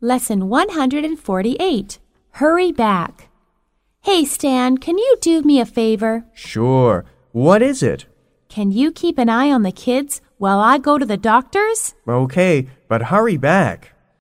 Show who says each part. Speaker 1: Lesson 148 Hurry Back. Hey, Stan, can you do me a favor?
Speaker 2: Sure. What is it?
Speaker 1: Can you keep an eye on the kids while I go to the doctor's?
Speaker 2: Okay, but hurry back.